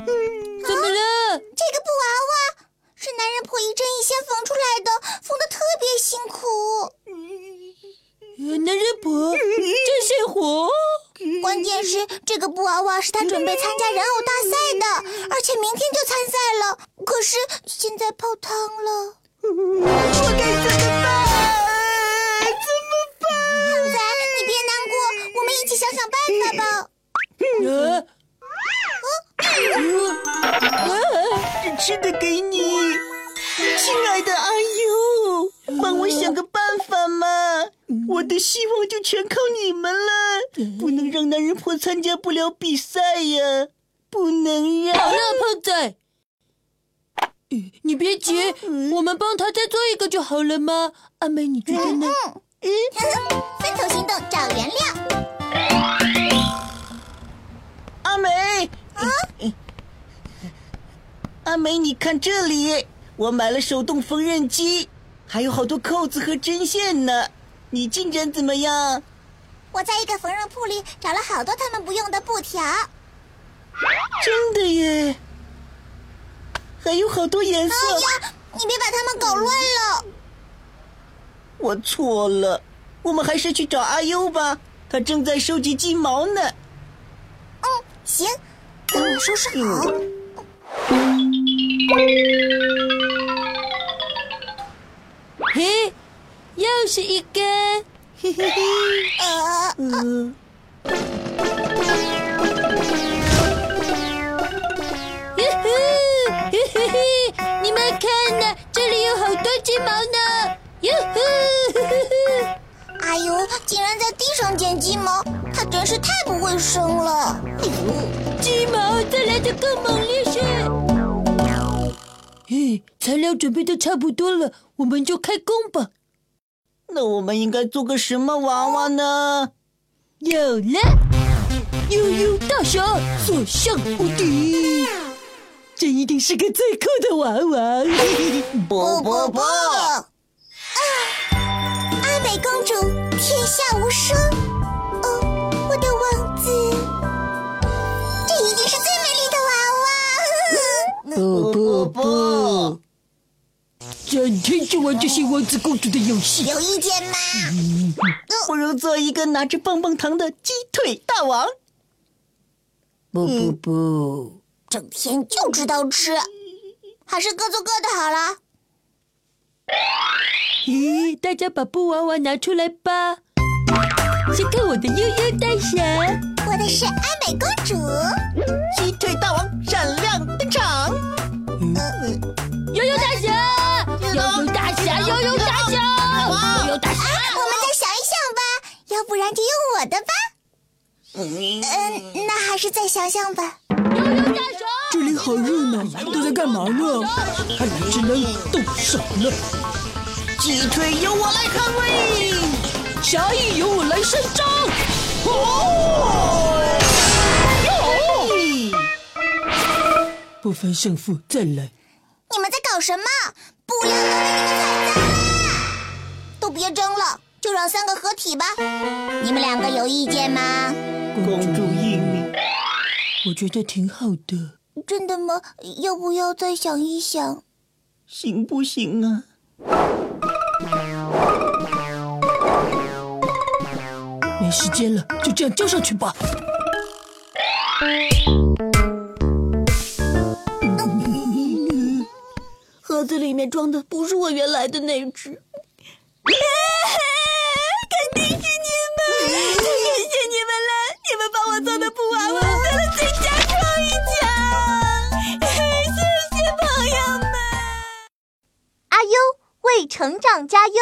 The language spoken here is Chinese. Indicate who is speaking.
Speaker 1: 呃娃娃是他准备参加人偶大赛的，而且明天就参赛了。可是现在泡汤了，
Speaker 2: 我该怎么
Speaker 1: 哎
Speaker 2: 办？怎么办？
Speaker 1: 胖仔，你别难过，我们一起想想办法吧。
Speaker 3: 呃
Speaker 2: 吃的给你，亲爱的阿优，帮我想个办法嘛！我的希望就全靠你们了，不能让男人婆参加不了比赛呀，不能
Speaker 3: 好
Speaker 2: 让
Speaker 3: 了，胖仔，呃你别急，我们帮他再做一个就好了吗？阿美，你觉得呢？
Speaker 1: 嗯分头行动，找原料。
Speaker 2: 阿美。
Speaker 3: 啊
Speaker 2: 阿美，你看这里，我买了手动缝纫机，还有好多扣子和针线呢，你进展怎么样？
Speaker 1: 我在一个缝纫铺里找了好多他们不用的布条，哎
Speaker 2: 真的耶，还有好多颜色。
Speaker 1: 哎呀，你别把它们搞乱了。
Speaker 2: 我错了，我们还是去找阿优吧，他正在收集鸡毛呢。
Speaker 1: 嗯，行，等我收拾
Speaker 2: 哎
Speaker 1: 好。
Speaker 3: 嘿，又是一根，嘿嘿嘿，
Speaker 1: 呃，
Speaker 2: 嗯，
Speaker 3: 哟呼，嘿嘿嘿，你们看呐、这里有好多鸡毛呢，哟呼，嘿嘿嘿。
Speaker 1: 阿尤竟然在地上捡鸡毛，他真是太不卫生了。
Speaker 3: 鸡毛再来的更猛烈些。嘿，材料准备的差不多了，我们就开工吧。
Speaker 2: 那我们应该做个什么娃娃呢？
Speaker 3: 有了，悠悠大侠所向无敌，这一定是个最酷的娃娃。
Speaker 2: 不
Speaker 1: 不不！啊，阿美公主天下无双。哦，我的王子，这一定是最美丽的娃 娃。
Speaker 3: 不
Speaker 2: 不不，
Speaker 3: 整天就玩这些王子公主的游戏，
Speaker 1: 有意见吗？
Speaker 2: 不如做一个拿着棒棒糖的鸡腿大王。
Speaker 3: 不不不，
Speaker 1: 整天就知道吃，还是各做各的好了。
Speaker 3: 咦，大家把布娃娃拿出来吧。先看我的悠悠大侠，
Speaker 1: 我的是爱美公主，
Speaker 2: 鸡腿大王闪亮登场！
Speaker 3: 悠悠大侠，悠悠大侠，悠悠大侠，悠悠大侠。
Speaker 1: 我们再想一想吧，要不然就用我的吧。嗯，那还是再想想吧。
Speaker 4: 这里好热闹，都在干嘛呢？哎，只能动手了。
Speaker 2: 鸡腿由我来捍卫！
Speaker 3: 侠义由我来伸张。
Speaker 2: 哦
Speaker 4: 不分胜负，再来。
Speaker 1: 你们在搞什么？布料都被你们踩脏啦！都别争了，就让三个合体吧。你们两个有意见吗？
Speaker 2: 公主英明，
Speaker 4: 我觉得挺好的。
Speaker 1: 真的吗？要不要再想一想？
Speaker 2: 行不行啊？
Speaker 4: 没时间了，就这样交上去吧。
Speaker 5: 盒子里面装的不是我原来的那只。肯定是你们，谢谢你们了，你们帮我做的布娃娃得了最佳创意奖，谢谢朋友们。
Speaker 1: 阿优为成长加油。